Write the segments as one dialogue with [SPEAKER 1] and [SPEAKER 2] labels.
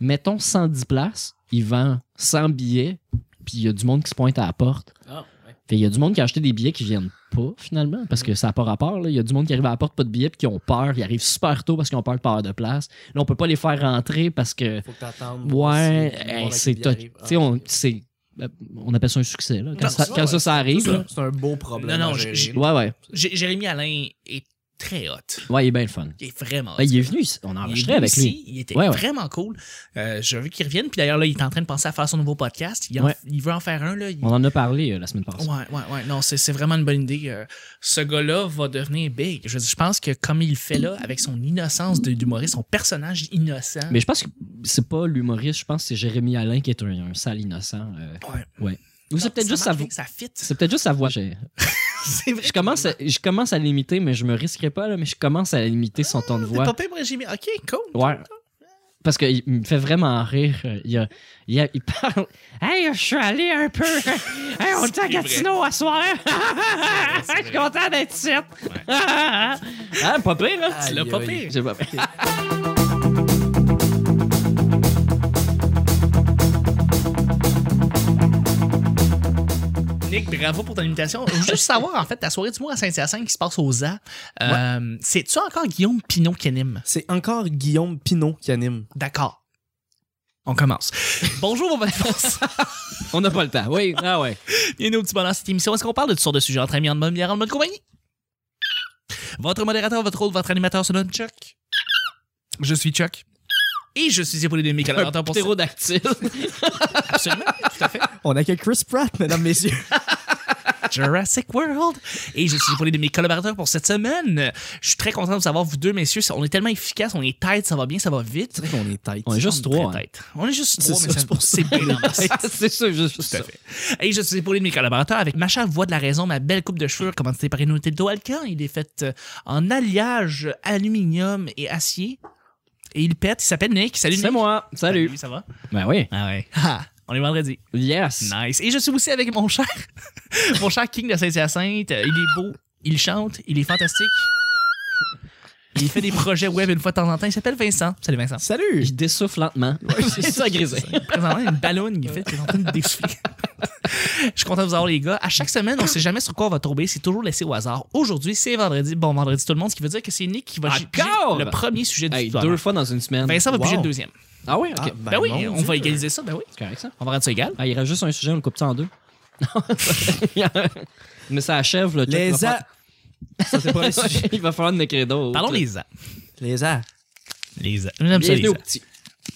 [SPEAKER 1] mettons 110 places, il vend 100 billets, puis il y a du monde qui se pointe à la porte.
[SPEAKER 2] Ah, ouais.
[SPEAKER 1] Fait il y a du monde qui a acheté des billets qui viennent pas finalement parce que ça n'a pas rapport. là. Il y a du monde qui arrive à la porte, pas de billets, puis qui ont peur. Ils arrivent super tôt parce qu'ils ont peur de pas avoir de place. Là, on peut pas les faire rentrer parce que
[SPEAKER 2] Faut que t'attendes.
[SPEAKER 1] ouais,
[SPEAKER 2] aussi,
[SPEAKER 1] hey,
[SPEAKER 2] voir
[SPEAKER 1] c'est
[SPEAKER 2] qui
[SPEAKER 1] tot-
[SPEAKER 2] arrive.
[SPEAKER 1] tu sais,
[SPEAKER 2] Ah,
[SPEAKER 1] on
[SPEAKER 2] ok.
[SPEAKER 1] c'est euh, on appelle ça un succès là. Quand,
[SPEAKER 3] hein. Non,
[SPEAKER 1] ça,
[SPEAKER 2] c'est
[SPEAKER 1] quand
[SPEAKER 2] ça,
[SPEAKER 1] ça, ça arrive.
[SPEAKER 2] C'est
[SPEAKER 1] là.
[SPEAKER 2] un- C'est un beau problème.
[SPEAKER 3] Non, non,
[SPEAKER 2] à
[SPEAKER 3] je-
[SPEAKER 2] gérer.
[SPEAKER 3] je-
[SPEAKER 1] Ouais ouais,
[SPEAKER 3] J- Jérémy Alain est très hot.
[SPEAKER 1] ouais, il est bien le fun.
[SPEAKER 3] Il est vraiment hot.
[SPEAKER 1] Ben, il est venu, on a
[SPEAKER 3] Il est
[SPEAKER 1] enregistré
[SPEAKER 3] venu
[SPEAKER 1] avec
[SPEAKER 3] ici,
[SPEAKER 1] lui.
[SPEAKER 3] Il était
[SPEAKER 1] Ouais, ouais.
[SPEAKER 3] vraiment cool. Euh, je veux qu'il revienne. Puis d'ailleurs, là, il est en train de penser à faire son nouveau podcast. Il, en-
[SPEAKER 1] Ouais.
[SPEAKER 3] il veut en faire un. Là. Il-
[SPEAKER 1] On en a parlé euh, la semaine passée.
[SPEAKER 3] Ouais, ouais, ouais. Non, c'est c'est vraiment une bonne idée. Euh, ce gars-là va devenir big. Je, veux dire, je pense que comme il le fait là, avec son innocence de- d'humoriste, son personnage innocent.
[SPEAKER 1] Mais je pense que c'est pas l'humoriste, je pense que c'est Jérémy Alain qui est un, un sale innocent. euh.
[SPEAKER 3] Ouais.
[SPEAKER 1] Ou c'est
[SPEAKER 3] Non,
[SPEAKER 1] peut-être
[SPEAKER 3] ça
[SPEAKER 1] juste sa
[SPEAKER 3] marche
[SPEAKER 1] voix.
[SPEAKER 3] bien, Ça fit.
[SPEAKER 1] C'est peut-être juste sa voix. Je,
[SPEAKER 3] C'est vrai.
[SPEAKER 1] je commence à, je commence à l'imiter, mais je me risquerai pas, là, mais je commence à limiter son ton de
[SPEAKER 3] T'es pas
[SPEAKER 1] voix.
[SPEAKER 3] pire, moi, j'ai mis- Ok, cool.
[SPEAKER 1] Ouais. Parce qu'il me fait vraiment rire. euh, Il, a- il, a- il parle. Hey, je suis allé un peu. euh, Hey, on est à
[SPEAKER 3] C'est
[SPEAKER 1] Gatineau à soir.
[SPEAKER 3] Ah, c'est
[SPEAKER 1] Je suis
[SPEAKER 3] vrai.
[SPEAKER 1] content d'être ici. hein, pas pire, là.
[SPEAKER 3] Tu l'as
[SPEAKER 2] Aïe,
[SPEAKER 3] pas
[SPEAKER 2] aïe.
[SPEAKER 3] pire.
[SPEAKER 1] C'est pas pire.
[SPEAKER 3] Nick, bravo pour ton invitation. Je veux juste savoir, en fait, ta soirée du mois à Saint-Hyacinthe qui se passe aux A. Euh, C'est-tu encore Guillaume Pinot qui anime?
[SPEAKER 2] C'est encore Guillaume Pinot qui anime.
[SPEAKER 3] D'accord. On commence. Bonjour, bonne force.
[SPEAKER 1] On n'a pas le temps. Oui, ah ouais.
[SPEAKER 3] Bienvenue au petit bonheur, cette émission. Est-ce qu'on parle de toutes sortes de sujets entre amis, en bonne bière, en bonne compagnie? Votre modérateur, votre hôte, votre animateur se nomme Chuck. Je suis Chuck. Et je suis épaulé de mes
[SPEAKER 1] Un
[SPEAKER 3] collaborateurs pour ça.
[SPEAKER 1] ptérodactyle.
[SPEAKER 3] Absolument, tout à fait.
[SPEAKER 2] On a que Chris Pratt, mesdames, messieurs.
[SPEAKER 3] Jurassic World. Et je suis épaulé de mes collaborateurs pour cette semaine. Je suis très content de vous savoir, vous deux, messieurs. On est tellement efficaces, on est tight, ça va bien, ça va vite.
[SPEAKER 2] C'est vrai qu'on est tight.
[SPEAKER 1] On est juste
[SPEAKER 3] On est
[SPEAKER 1] trois.
[SPEAKER 3] très
[SPEAKER 1] hein.
[SPEAKER 3] tight. On est juste
[SPEAKER 2] C'est
[SPEAKER 3] trois,
[SPEAKER 2] ça,
[SPEAKER 3] mais ça-
[SPEAKER 2] c'est pour ça.
[SPEAKER 3] c'est bien dans ma tête.
[SPEAKER 1] c'est ça, juste
[SPEAKER 3] Tout
[SPEAKER 1] ça.
[SPEAKER 3] à fait. Et je suis épaulé de mes collaborateurs avec ma chère voix de la raison, ma belle coupe de cheveux commanditée par Inotito Alcan. Il est fait euh, en alliage aluminium et acier. Et il pète. Il s'appelle Nick. Salut Nick.
[SPEAKER 1] C'est moi. Salut.
[SPEAKER 3] Ça va?
[SPEAKER 1] Ben oui.
[SPEAKER 3] Ah ouais. on est vendredi.
[SPEAKER 1] Yes.
[SPEAKER 3] Nice. Et je suis aussi avec mon cher, mon cher King de Saint-Hyacinthe. Euh, Il est beau, il chante, il est fantastique. Il fait des projets web une fois de temps en temps. Il s'appelle Vincent. Salut Vincent.
[SPEAKER 2] Salut!
[SPEAKER 1] Il dessouffle lentement. c'est ça, Grisé.
[SPEAKER 3] Présentement, il y a une ballonne qui fait qu'il est en train de défouler. Je suis content de vous avoir, les gars. À chaque semaine, on sait jamais sur quoi on va tomber. C'est toujours laissé au hasard. Aujourd'hui, c'est vendredi. Bon, vendredi tout le monde, ce qui veut dire que c'est Nick qui va piger
[SPEAKER 1] Encore?
[SPEAKER 3] le premier sujet du
[SPEAKER 1] Hey,
[SPEAKER 3] soir.
[SPEAKER 1] deux fois dans une semaine.
[SPEAKER 3] Vincent va
[SPEAKER 2] Wow.
[SPEAKER 3] piger le deuxième.
[SPEAKER 1] Ah oui,
[SPEAKER 2] Ah,
[SPEAKER 1] ok.
[SPEAKER 3] Ben,
[SPEAKER 2] ben
[SPEAKER 3] oui,
[SPEAKER 2] mon
[SPEAKER 3] on
[SPEAKER 2] Dieu.
[SPEAKER 3] va égaliser ça. Ben oui.
[SPEAKER 1] C'est correct, ça.
[SPEAKER 3] On va rendre ça égal.
[SPEAKER 1] Ah, il reste juste un sujet, on le coupe ça en deux. Mais ça achève le
[SPEAKER 2] Les
[SPEAKER 1] il, va
[SPEAKER 2] A. Ça, c'est pas le
[SPEAKER 1] falloir...
[SPEAKER 2] sujet.
[SPEAKER 1] il va falloir une credo.
[SPEAKER 3] Parlons les A.
[SPEAKER 2] Les A.
[SPEAKER 3] Les A. J'aime ça, les
[SPEAKER 1] Bienvenue
[SPEAKER 3] A.
[SPEAKER 1] aux petits.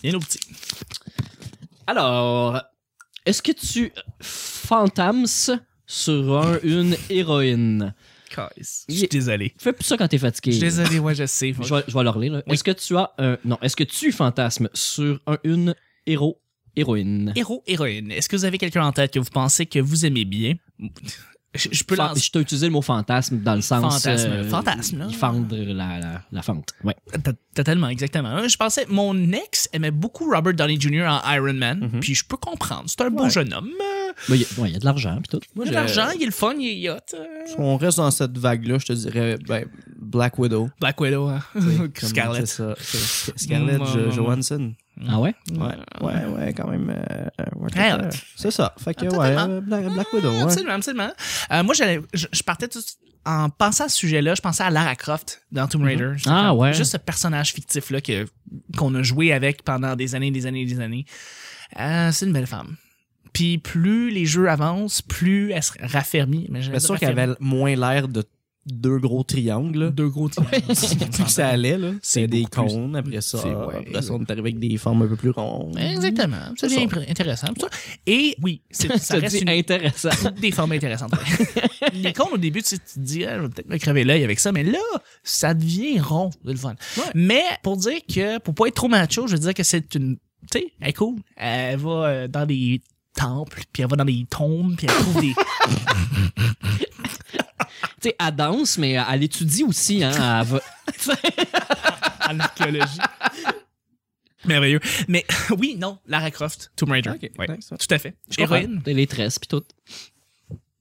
[SPEAKER 3] Bienvenue aux petits.
[SPEAKER 1] Alors, est-ce que tu fantasmes sur un, une héroïne?
[SPEAKER 3] Calice. Je suis désolé.
[SPEAKER 1] Fais plus ça quand t'es fatigué.
[SPEAKER 3] Je suis désolé, ouais, je sais.
[SPEAKER 1] Je vais, je vais l'orler, là.
[SPEAKER 3] Oui.
[SPEAKER 1] Est-ce que tu as un... Non, est-ce que tu fantasmes sur un, une héros, héroïne?
[SPEAKER 3] Héros, héroïne. Est-ce que vous avez quelqu'un en tête que vous pensez que vous aimez bien? Je, je peux
[SPEAKER 1] Fan-
[SPEAKER 3] lancer.
[SPEAKER 1] Je t'ai utilisé le mot fantasme dans le sens.
[SPEAKER 3] Fantasme. Fantasme, là.
[SPEAKER 1] Il fendre la, la, la fente. Ouais.
[SPEAKER 3] T- Totalement, exactement. Je pensais, mon ex aimait beaucoup Robert Downey Jr. en Iron Man, puis je peux comprendre. C'est un beau
[SPEAKER 2] Mhm. Ouais.
[SPEAKER 3] jeune homme. Euh,
[SPEAKER 1] Ben, il y, a- ouais, il y a de l'argent, pis tout. Moi,
[SPEAKER 3] Il a de
[SPEAKER 1] j'ai-
[SPEAKER 3] l'argent, il est le fun, il est hot. euh,
[SPEAKER 2] On reste dans cette vague-là, je te dirais, ben, Black Widow.
[SPEAKER 3] Black Widow, hein.
[SPEAKER 2] Comme,
[SPEAKER 3] Scarlett.
[SPEAKER 2] C'est ça. c'est Sc- Scarlett
[SPEAKER 3] Mm,
[SPEAKER 2] Jo-
[SPEAKER 3] mm, mm.
[SPEAKER 2] Johansson.
[SPEAKER 1] Ah ouais?
[SPEAKER 2] Ouais, ouais, ouais, quand même. euh, euh, ouais,
[SPEAKER 3] Très
[SPEAKER 2] euh,
[SPEAKER 3] hot.
[SPEAKER 2] C'est ça. Fait que,
[SPEAKER 3] Ah,
[SPEAKER 2] ouais,
[SPEAKER 3] totalement. Ah,
[SPEAKER 2] euh, Black, Black Widow, ouais.
[SPEAKER 3] Absolument, absolument. Euh, moi, j'allais- je, je partais tout de suite- En pensant à ce sujet-là, je pensais à Lara Croft dans
[SPEAKER 2] Mhm.
[SPEAKER 3] Tomb Raider. J'étais
[SPEAKER 1] Ah,
[SPEAKER 3] comme,
[SPEAKER 1] ouais.
[SPEAKER 3] Juste ce personnage fictif-là que- qu'on a joué avec pendant des années, des années, des années. Euh, c'est une belle femme. Puis plus les jeux avancent, plus elle se raffermit. Mais
[SPEAKER 2] Mais c'est sûr qu'elle avait moins l'air de deux gros triangles, là.
[SPEAKER 3] deux gros tirs.
[SPEAKER 2] Plus ça allait, là. C'est des
[SPEAKER 3] Ah beaucoup plus-
[SPEAKER 2] cônes, après ça.
[SPEAKER 3] C'est- ouais.
[SPEAKER 2] Après ça, on est arrivé avec des formes un peu plus rondes.
[SPEAKER 3] Exactement. Mm. C'est
[SPEAKER 2] C'est
[SPEAKER 3] bien
[SPEAKER 2] ça.
[SPEAKER 3] impr- intéressant. tout ça. Et oui, c'est- ça
[SPEAKER 1] Ça
[SPEAKER 3] reste
[SPEAKER 1] dit
[SPEAKER 3] une,
[SPEAKER 1] intéressant.
[SPEAKER 3] toutes des formes intéressantes. les cons, au début, tu sais, tu te dis, Ah, je vais peut-être me crever l'œil avec ça, mais là, ça devient rond, c'est le fun.
[SPEAKER 2] Ouais.
[SPEAKER 3] Mais pour dire que, pour pas être trop macho, je veux dire que c'est une. Tu sais, elle est cool. Elle va euh, dans des temples, puis elle va dans des tombes, puis elle trouve des.
[SPEAKER 1] tu sais, elle danse, mais elle étudie aussi, hein. Elle va...
[SPEAKER 3] en archéologie. Merveilleux. Mais oui, non, Lara Croft, Tomb Raider.
[SPEAKER 2] Ok,
[SPEAKER 3] Ouais.
[SPEAKER 2] nice, ouais.
[SPEAKER 3] Tout à fait.
[SPEAKER 1] Je comprends.
[SPEAKER 3] Héroïne.
[SPEAKER 1] T'as les tresses, pis tout.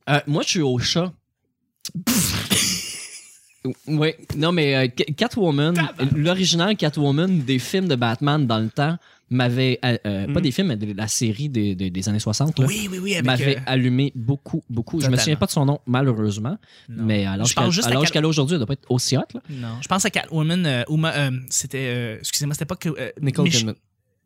[SPEAKER 1] Euh, moi, je suis au chat. Oui, non, mais euh, Ca- Catwoman, l'original Catwoman des films de Batman dans le temps m'avait. euh, euh, Pas
[SPEAKER 3] Mhm.
[SPEAKER 1] des films, mais de la série des, des- des années 60. là,
[SPEAKER 3] Oui, oui, oui. Avec,
[SPEAKER 1] m'avait
[SPEAKER 3] euh,
[SPEAKER 1] allumé beaucoup, beaucoup. Je me
[SPEAKER 3] Totalement.
[SPEAKER 1] souviens pas de son nom, malheureusement,
[SPEAKER 3] non.
[SPEAKER 1] mais à l'âge
[SPEAKER 3] Je parle
[SPEAKER 1] qu'elle
[SPEAKER 3] juste à
[SPEAKER 1] à l'âge
[SPEAKER 3] Cat-
[SPEAKER 1] qu'elle a aujourd'hui, elle doit pas être aussi hot. Là.
[SPEAKER 3] Non, je pense à Catwoman. euh, Uma, euh, c'était. euh, Excusez-moi, c'était pas que. euh,
[SPEAKER 2] Nicole
[SPEAKER 3] Mich-
[SPEAKER 2] Kidman.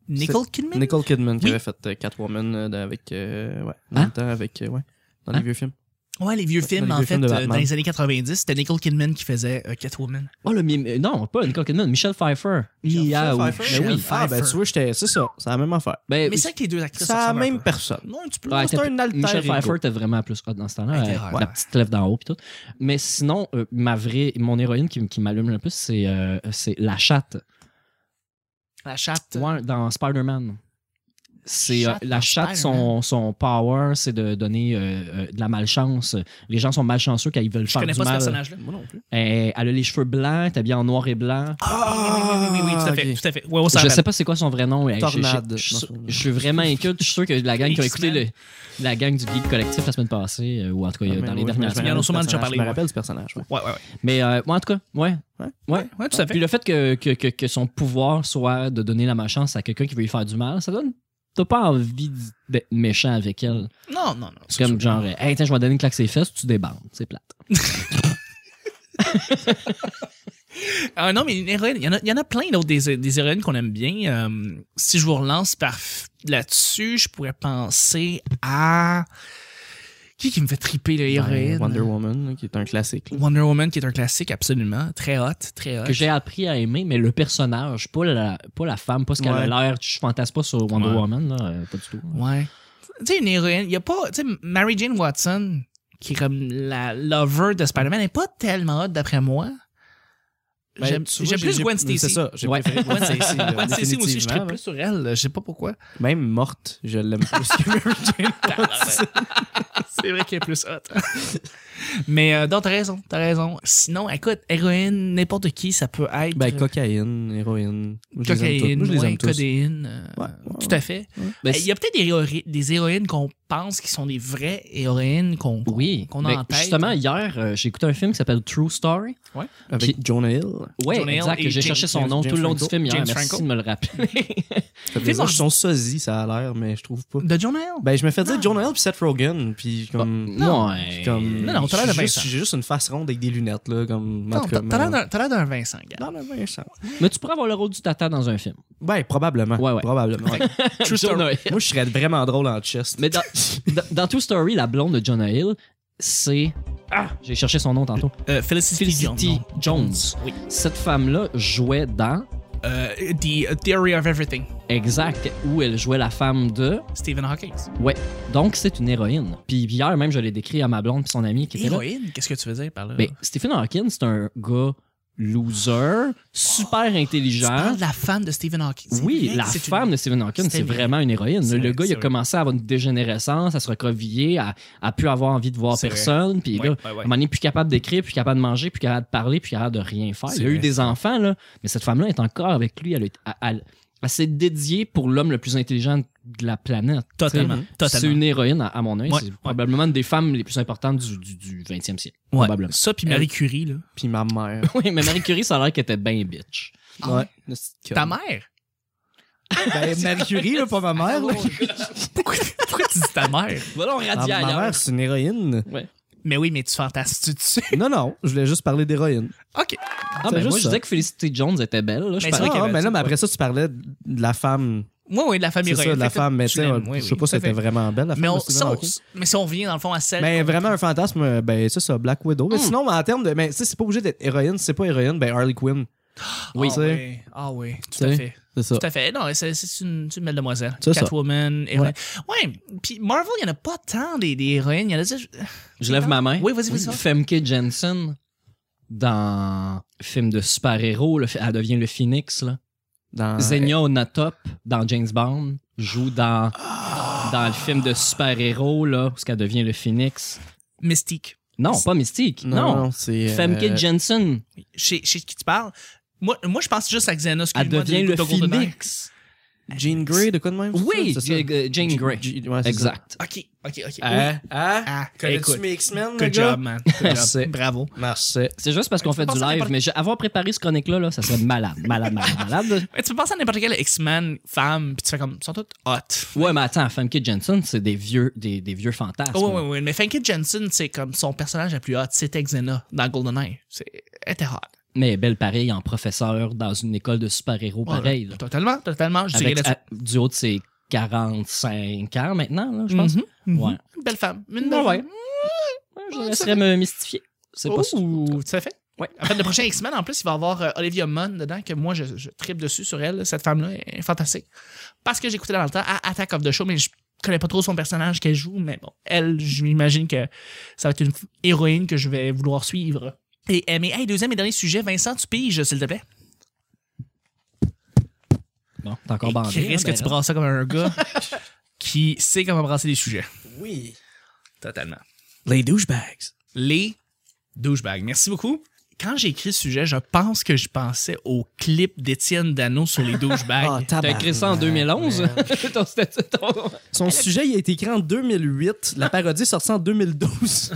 [SPEAKER 3] Nicole Kidman?
[SPEAKER 2] Nicole Kidman qui
[SPEAKER 3] Oui.
[SPEAKER 2] avait fait euh, Catwoman euh, dans- avec. euh, ouais, dans
[SPEAKER 1] Hein?
[SPEAKER 2] le temps, avec. euh, ouais, dans
[SPEAKER 1] Hein?
[SPEAKER 2] les vieux films.
[SPEAKER 3] Ouais, les vieux
[SPEAKER 2] Dans
[SPEAKER 3] films,
[SPEAKER 2] les
[SPEAKER 3] en
[SPEAKER 2] vieux
[SPEAKER 3] fait,
[SPEAKER 2] films de
[SPEAKER 3] euh,
[SPEAKER 2] Batman.
[SPEAKER 3] dans les années 90, c'était Nicole Kidman qui faisait euh, Catwoman.
[SPEAKER 1] Oh, le mime- Non, pas Nicole Kidman, Michelle Pfeiffer.
[SPEAKER 2] Michelle
[SPEAKER 1] Miaou. Ben
[SPEAKER 2] Pfeiffer?
[SPEAKER 1] oui.
[SPEAKER 3] Michelle
[SPEAKER 2] Ah, ben
[SPEAKER 3] Pfeiffer.
[SPEAKER 2] tu vois, j'étais. C'est ça, c'est la même affaire.
[SPEAKER 1] Ben,
[SPEAKER 3] Mais c'est vrai que les deux actrices
[SPEAKER 2] C'est la
[SPEAKER 3] ressemblent un
[SPEAKER 2] même
[SPEAKER 3] peu.
[SPEAKER 2] personne.
[SPEAKER 3] Non, tu peux.
[SPEAKER 1] Ouais,
[SPEAKER 2] Moi, c'est
[SPEAKER 1] t'as-
[SPEAKER 2] un alter
[SPEAKER 1] Michelle
[SPEAKER 2] ego.
[SPEAKER 1] Pfeifer était vraiment plus hot dans ce temps-là.
[SPEAKER 3] Elle était
[SPEAKER 1] euh,
[SPEAKER 3] hot.
[SPEAKER 1] la petite lèvre d'en haut pis tout. Mais sinon, euh, ma vraie, mon héroïne qui, m- qui m'allume le plus, c'est euh, c'est la chatte.
[SPEAKER 3] La chatte.
[SPEAKER 1] Ouais, dans Spider-Man. C'est euh,
[SPEAKER 3] Chatte
[SPEAKER 1] la
[SPEAKER 3] dans
[SPEAKER 1] chatte,
[SPEAKER 3] Spider-Man.
[SPEAKER 1] son, son power, c'est de donner euh, euh, de la malchance. Les gens sont malchanceux quand ils veulent
[SPEAKER 3] Je
[SPEAKER 1] faire
[SPEAKER 3] connais
[SPEAKER 1] du
[SPEAKER 3] pas ce
[SPEAKER 1] mal.
[SPEAKER 3] personnage-là.
[SPEAKER 2] Moi non plus.
[SPEAKER 1] Elle, elle a les cheveux blancs, t'es bien en noir et blanc.
[SPEAKER 3] oui, oui, oui, oui, oui, tout à fait.
[SPEAKER 2] Ah! ok.
[SPEAKER 3] Tout à fait. Ouais, on s'en
[SPEAKER 1] je sais
[SPEAKER 3] Ah, rappelle.
[SPEAKER 1] pas c'est quoi son vrai nom. mais je- je-
[SPEAKER 2] Tornade.
[SPEAKER 1] Je,
[SPEAKER 2] Non,
[SPEAKER 1] je-
[SPEAKER 2] c'est-
[SPEAKER 1] je suis vraiment inculte. Je suis sûr que la gang qui a écouté
[SPEAKER 3] X-Men.
[SPEAKER 1] le- la gang du geek collectif la semaine passée, euh, ou en tout cas
[SPEAKER 2] Ah,
[SPEAKER 1] il y a-
[SPEAKER 2] mais
[SPEAKER 1] dans
[SPEAKER 2] oui,
[SPEAKER 1] les
[SPEAKER 2] je
[SPEAKER 1] dernières
[SPEAKER 2] me rappelle
[SPEAKER 1] semaines.
[SPEAKER 3] Il y en a
[SPEAKER 2] du
[SPEAKER 3] sûrement déjà
[SPEAKER 2] personnage,
[SPEAKER 3] parlé,
[SPEAKER 2] Je
[SPEAKER 3] ouais.
[SPEAKER 2] me rappelle du personnage. ouais.
[SPEAKER 3] Ouais, ouais, ouais.
[SPEAKER 1] Mais euh, ouais, en tout cas, ouais.
[SPEAKER 2] Ouais.
[SPEAKER 1] Ouais.
[SPEAKER 3] Ouais, tout à fait.
[SPEAKER 1] Puis le fait que, que, que, que son pouvoir soit de donner la malchance à quelqu'un qui veut lui faire du mal, ça donne. T'as pas envie d- d'être méchant avec elle.
[SPEAKER 3] Non, non, non.
[SPEAKER 1] C'est comme genre, hey, tiens, je vais te donner une claque ses fesses, tu débandes. C'est plate.
[SPEAKER 3] Ah non, mais une héroïne, il y en a, il y en a plein d'autres des, des héroïnes qu'on aime bien. Euh, si je vous relance par là-dessus, je pourrais penser à qui qui me fait triper le héroïne.
[SPEAKER 2] Ben, Wonder Woman, là, qui est un classique. là.
[SPEAKER 3] Wonder Woman qui est un classique absolument, très hot, très hot.
[SPEAKER 1] Que j'ai appris à aimer, mais le personnage, pas la, pas la femme, pas ce qu'elle a
[SPEAKER 2] Ouais.
[SPEAKER 1] l'air. Je fantasme pas sur Wonder
[SPEAKER 3] Ouais.
[SPEAKER 1] Woman, là, euh, pas du tout.
[SPEAKER 3] Ouais. Tu sais une héroïne, il y a pas tu sais Mary Jane Watson qui est comme la lover de Spider-Man n'est pas tellement hot d'après moi.
[SPEAKER 2] Ben,
[SPEAKER 3] J'aime
[SPEAKER 2] tu vois,
[SPEAKER 3] j'aime
[SPEAKER 2] j'ai-
[SPEAKER 3] plus
[SPEAKER 2] j'ai-
[SPEAKER 3] Gwen
[SPEAKER 2] C'est
[SPEAKER 3] Stacy.
[SPEAKER 2] ça, j'ai
[SPEAKER 1] Ouais.
[SPEAKER 2] préféré Gwen Stacy. là,
[SPEAKER 3] Gwen Stacy, moi aussi, je
[SPEAKER 2] définitivement,
[SPEAKER 3] tripe plus sur elle, je sais pas pourquoi.
[SPEAKER 2] ouais. Même morte, je l'aime plus que Mary Jane.
[SPEAKER 3] C'est vrai qu'elle est plus hot. Mais euh, non, t'as raison, t'as raison. Sinon, écoute, héroïne, n'importe qui, ça peut être. euh,
[SPEAKER 2] Ben, cocaïne, héroïne. Moi, je les aime toutes.
[SPEAKER 3] cocaïne,
[SPEAKER 2] Moi, je les
[SPEAKER 3] ouais,
[SPEAKER 2] aime tous.
[SPEAKER 3] codéine. euh,
[SPEAKER 2] Ouais, ouais,
[SPEAKER 3] Tout à fait.
[SPEAKER 1] Ben,
[SPEAKER 3] Eh, Il y a peut-être des, héroï- des héroïnes qu'on pense qui sont des vraies héroïnes qu'on qu'on-
[SPEAKER 1] Oui,
[SPEAKER 3] qu'on
[SPEAKER 1] Ben,
[SPEAKER 3] a en tête.
[SPEAKER 1] Justement, hier, euh, j'ai écouté un film qui s'appelle True Story.
[SPEAKER 2] Avec Jonah Hill.
[SPEAKER 1] Ouais,
[SPEAKER 3] Jonah Hill
[SPEAKER 1] exact.
[SPEAKER 3] et
[SPEAKER 1] J'ai
[SPEAKER 3] James-
[SPEAKER 1] cherché son
[SPEAKER 2] James-
[SPEAKER 1] nom tout
[SPEAKER 2] James
[SPEAKER 1] le long
[SPEAKER 2] Franco.
[SPEAKER 1] du film hier.
[SPEAKER 3] James
[SPEAKER 1] Merci
[SPEAKER 3] Franco.
[SPEAKER 1] de me le rappeler.
[SPEAKER 2] Ça fait plaisir.
[SPEAKER 3] Fais-moi-
[SPEAKER 2] Ils sont sosies, ça a l'air, mais je trouve pas.
[SPEAKER 3] De John Hill.
[SPEAKER 2] Ben, je me fais
[SPEAKER 3] Non.
[SPEAKER 2] dire Jonah Hill puis Seth Rogen, puis comme.
[SPEAKER 1] Bah, Non,
[SPEAKER 2] puis comme
[SPEAKER 3] Non, non, t'as l'air de
[SPEAKER 2] j'ai juste-
[SPEAKER 3] Vincent.
[SPEAKER 2] J'ai juste une face ronde avec des lunettes, là, comme.
[SPEAKER 1] Ben,
[SPEAKER 2] en
[SPEAKER 3] Non,
[SPEAKER 2] tout cas,
[SPEAKER 3] t'as t'as l'air
[SPEAKER 2] mais-
[SPEAKER 3] d'un- t'as l'air d'un Vincent, gars.
[SPEAKER 2] Dans le Vincent.
[SPEAKER 1] Mais tu pourrais avoir le rôle du tata dans un film.
[SPEAKER 2] Ben, probablement.
[SPEAKER 1] Ouais, ouais.
[SPEAKER 2] Probablement.
[SPEAKER 3] True story.
[SPEAKER 1] Jonah Hill.
[SPEAKER 2] Moi, je serais vraiment drôle en chest.
[SPEAKER 1] Mais dans, dans, dans True Story, la blonde de Jonah Hill, c'est. Ah! J'ai cherché son nom tantôt.
[SPEAKER 3] Euh, Felicity,
[SPEAKER 1] Felicity
[SPEAKER 3] Jones.
[SPEAKER 1] Jones.
[SPEAKER 3] Oui.
[SPEAKER 1] Cette femme-là jouait dans.
[SPEAKER 3] Euh, the Theory of Everything.
[SPEAKER 1] Exact, où elle jouait la femme de.
[SPEAKER 3] Stephen Hawking.
[SPEAKER 1] Ouais. Donc, c'est une héroïne. Puis hier, même, je l'ai décrit à ma blonde puis son ami qui était là.
[SPEAKER 3] Héroïne? Qu'est-ce que tu veux dire par là?
[SPEAKER 1] Ben, Stephen Hawking, c'est un gars loser, super
[SPEAKER 3] tu
[SPEAKER 1] intelligent.
[SPEAKER 3] parles de la femme de Stephen Hawking. C'est
[SPEAKER 1] Oui,
[SPEAKER 3] vrai
[SPEAKER 1] la
[SPEAKER 3] que c'est une-
[SPEAKER 1] femme de Stephen Hawking,
[SPEAKER 3] C'était
[SPEAKER 1] c'est
[SPEAKER 3] vrai.
[SPEAKER 1] vraiment une héroïne.
[SPEAKER 3] C'est
[SPEAKER 1] Le
[SPEAKER 3] vrai,
[SPEAKER 1] gars, il
[SPEAKER 3] c'est
[SPEAKER 1] a
[SPEAKER 3] vrai.
[SPEAKER 1] commencé à avoir une dégénérescence, à se recrovier, à, à plus avoir envie de voir
[SPEAKER 3] C'est vrai.
[SPEAKER 1] personne. Puis
[SPEAKER 3] Ouais,
[SPEAKER 1] là,
[SPEAKER 3] ouais, ouais.
[SPEAKER 1] à un moment donné, plus capable d'écrire, plus capable de manger, plus capable de parler, plus capable de rien faire.
[SPEAKER 3] C'est
[SPEAKER 1] Il a eu
[SPEAKER 3] vrai.
[SPEAKER 1] des enfants, là, mais cette femme-là est encore avec lui. Elle, est- elle- elle- elle s'est dédiée pour l'homme le plus intelligent de la planète.
[SPEAKER 3] Totalement.
[SPEAKER 1] Tu sais, C'est
[SPEAKER 3] totalement.
[SPEAKER 1] une héroïne, à, à mon œil.
[SPEAKER 3] Ouais,
[SPEAKER 1] c'est
[SPEAKER 3] ouais.
[SPEAKER 1] probablement une des femmes les plus importantes du, du, du 20e siècle.
[SPEAKER 3] Ouais.
[SPEAKER 1] Probablement.
[SPEAKER 3] Ça, puis Marie Curie, là.
[SPEAKER 2] Puis ma mère.
[SPEAKER 1] Oui, mais Marie Curie, ça a l'air qu'elle était bien bitch.
[SPEAKER 3] Ah ouais?
[SPEAKER 2] Le petit
[SPEAKER 3] Ta
[SPEAKER 2] con.
[SPEAKER 3] mère?
[SPEAKER 2] Ben, Marie Curie, là, pas ma mère. là.
[SPEAKER 3] pourquoi, pourquoi tu dis ta mère?
[SPEAKER 1] Voilà, on
[SPEAKER 2] Ah, ma mère, c'est une héroïne.
[SPEAKER 3] Mais oui, mais tu fantasmes tu dessus.
[SPEAKER 2] Non, non, je voulais juste parler d'héroïne.
[SPEAKER 3] OK.
[SPEAKER 1] Ah, ben,
[SPEAKER 2] C'est
[SPEAKER 1] moi,
[SPEAKER 2] juste
[SPEAKER 1] je disais
[SPEAKER 2] ça.
[SPEAKER 1] que Felicity Jones était belle. là, je
[SPEAKER 3] Mais
[SPEAKER 1] parlais-
[SPEAKER 3] vrai
[SPEAKER 2] Ah,
[SPEAKER 3] qu'elle
[SPEAKER 2] ah,
[SPEAKER 3] avait
[SPEAKER 2] ben là,
[SPEAKER 3] dit,
[SPEAKER 2] mais
[SPEAKER 3] ouais.
[SPEAKER 2] après ça, tu parlais de la femme.
[SPEAKER 3] Oui, oui, de la famille
[SPEAKER 2] C'est ça, de la femme, mais tu sais, je sais pas si elle était vraiment belle, la femme
[SPEAKER 3] Mais, on,
[SPEAKER 2] de Stephen
[SPEAKER 3] ça, on-
[SPEAKER 2] Hawking.
[SPEAKER 3] mais si on revient, dans le fond, à celle...
[SPEAKER 2] Ben, vraiment un fantasme, ben, c'est ça, Black Widow.
[SPEAKER 3] Mm.
[SPEAKER 2] Mais
[SPEAKER 1] Hmm.
[SPEAKER 2] sinon, en termes de. Mais, tu sais, c'est pas obligé d'être héroïne, c'est pas héroïne, ben, Harley Quinn.
[SPEAKER 3] oui.
[SPEAKER 2] tu
[SPEAKER 3] Ah
[SPEAKER 2] sais.
[SPEAKER 3] oui, ah oui, tout
[SPEAKER 2] Tu
[SPEAKER 3] à
[SPEAKER 2] sais.
[SPEAKER 3] fait.
[SPEAKER 2] C'est ça.
[SPEAKER 3] Tout à fait. Non, c'est c'est une, c'est une belle demoiselle.
[SPEAKER 2] C'est ça.
[SPEAKER 3] Catwoman, héroïne. Ouais. Puis Marvel, il n'y en a pas tant des, des héroïnes. Il y en a juste...
[SPEAKER 1] Je lève ma main.
[SPEAKER 3] Oui, vas-y, vas-y.
[SPEAKER 1] Femke Jensen, dans film de super-héros, le fi- elle devient le Phoenix. Là.
[SPEAKER 2] Dans...
[SPEAKER 1] Zenya Onatop, dans James Bond, joue dans, dans le film de super-héros, là, où ce qu'elle devient le Phoenix.
[SPEAKER 3] Mystique.
[SPEAKER 1] Non, pas Mystique.
[SPEAKER 2] euh, Non, non,
[SPEAKER 1] Non.
[SPEAKER 2] c'est.
[SPEAKER 1] Femke
[SPEAKER 2] euh,
[SPEAKER 1] Jensen,
[SPEAKER 3] Chez, chez qui tu parles? Moi, moi, je pense juste à Xena.
[SPEAKER 1] elle
[SPEAKER 3] excuse-moi,
[SPEAKER 1] devient
[SPEAKER 3] de-
[SPEAKER 1] le
[SPEAKER 3] de GoldenEye.
[SPEAKER 1] Phoenix.
[SPEAKER 2] Jean Grey, de quoi de même? c'est
[SPEAKER 1] Oui,
[SPEAKER 2] ça, c'est ça?
[SPEAKER 1] J- euh, Jane Grey.
[SPEAKER 2] J- ouais, c'est ça.
[SPEAKER 1] Exact.
[SPEAKER 3] Ok, ok, ok. Oui.
[SPEAKER 2] Hein? Hein?
[SPEAKER 3] Ah,
[SPEAKER 2] Connais-tu
[SPEAKER 3] écoute.
[SPEAKER 2] mes X-Men, le
[SPEAKER 3] Good
[SPEAKER 2] gars?
[SPEAKER 3] job, man. Good
[SPEAKER 2] Merci.
[SPEAKER 3] job. Bravo.
[SPEAKER 2] Marseille.
[SPEAKER 1] C'est juste parce qu'on fait
[SPEAKER 3] pense
[SPEAKER 1] du
[SPEAKER 3] à
[SPEAKER 1] live,
[SPEAKER 3] n'importe-
[SPEAKER 1] mais je- avoir préparé ce chronique-là, là, ça serait malade, malade, malade, malade.
[SPEAKER 3] Ouais, tu peux penser à n'importe quelle X-Men femme, puis tu fais comme, ils sont toutes hot.
[SPEAKER 1] Ouais, mais attends, Famke Jensen, c'est des vieux, des, des vieux fantasmes.
[SPEAKER 3] Oh, oui, oui, oui. Mais Frankie Jensen, c'est comme son personnage le plus hot, c'était Xena dans GoldenEye. C'est, elle était hot.
[SPEAKER 1] Mais belle pareil en professeur dans une école de super-héros
[SPEAKER 3] Ouais,
[SPEAKER 1] pareil. là.
[SPEAKER 3] Totalement, totalement. Je dirais
[SPEAKER 1] Avec,
[SPEAKER 3] là-dessus.
[SPEAKER 1] à- du haut de ses 45 ans maintenant, là,
[SPEAKER 2] Mm-hmm.
[SPEAKER 1] je pense.
[SPEAKER 3] Mhm, mhm.
[SPEAKER 1] Ouais.
[SPEAKER 3] Une belle femme. Une
[SPEAKER 1] Ouais,
[SPEAKER 3] belle
[SPEAKER 1] ouais.
[SPEAKER 3] femme.
[SPEAKER 1] Ouais, Je laisserais me mystifier. C'est
[SPEAKER 3] Oh.
[SPEAKER 1] pas sûr.
[SPEAKER 3] Ouh, tout à fait.
[SPEAKER 1] Ouais.
[SPEAKER 3] En fait, le prochain X-Men, en plus, il va avoir euh, Olivia Munn dedans, que moi, je, je tripe dessus sur elle. Cette femme-là est fantastique. Parce que j'écoutais dans le temps à Attack of the Show, mais je connais pas trop son personnage qu'elle joue, mais bon, elle, je m'imagine que ça va être une f- héroïne que je vais vouloir suivre. Et, euh, mais, hey, deuxième et dernier sujet, Vincent, tu piges, s'il te plaît.
[SPEAKER 1] Bon, t'es encore bandé.
[SPEAKER 3] Chris,
[SPEAKER 1] hein,
[SPEAKER 3] que tu
[SPEAKER 1] ben,
[SPEAKER 3] brasses ça comme un gars qui sait comment brasser des sujets.
[SPEAKER 2] Oui.
[SPEAKER 3] Totalement.
[SPEAKER 2] Les douchebags.
[SPEAKER 3] les douchebags. Merci beaucoup. Quand j'ai écrit ce sujet, je pense que je pensais au clip d'Étienne Dano sur les
[SPEAKER 2] Ah,
[SPEAKER 3] douchebags.
[SPEAKER 1] T'as écrit ça en 2011? Ton statut- ton-
[SPEAKER 2] Son sujet, il a été écrit en 2008.
[SPEAKER 3] Ah.
[SPEAKER 2] La parodie est sortie en 2012.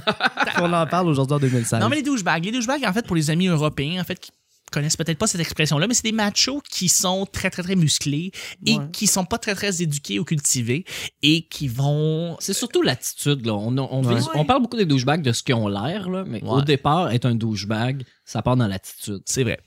[SPEAKER 2] On en parle aujourd'hui en 2016.
[SPEAKER 3] non, mais les douchebags. Les douchebags, en fait, pour les amis européens, en fait, qui connaissent peut-être pas cette expression-là, mais c'est des machos qui sont très, très, très musclés et
[SPEAKER 2] Ouais.
[SPEAKER 3] qui sont pas très, très éduqués ou cultivés et qui vont...
[SPEAKER 1] C'est surtout l'attitude. là. On, on,
[SPEAKER 2] Ouais.
[SPEAKER 1] vise- on parle beaucoup des douchebags, de ce qu'ils ont l'air, là, mais
[SPEAKER 3] Ouais.
[SPEAKER 1] au départ, être un douchebag, ça part dans l'attitude.
[SPEAKER 3] C'est vrai.